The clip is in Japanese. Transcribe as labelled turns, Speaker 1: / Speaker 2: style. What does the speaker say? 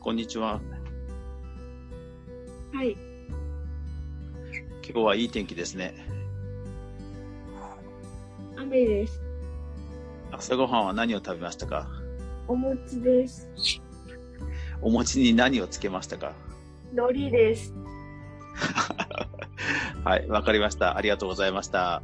Speaker 1: こんにちは。
Speaker 2: はい。
Speaker 1: 今日はいい天気ですね。
Speaker 2: 雨です。
Speaker 1: 朝ごはんは何を食べましたか
Speaker 2: お餅です。
Speaker 1: お餅に何をつけましたか
Speaker 2: 海苔です。
Speaker 1: はい、わかりました。ありがとうございました。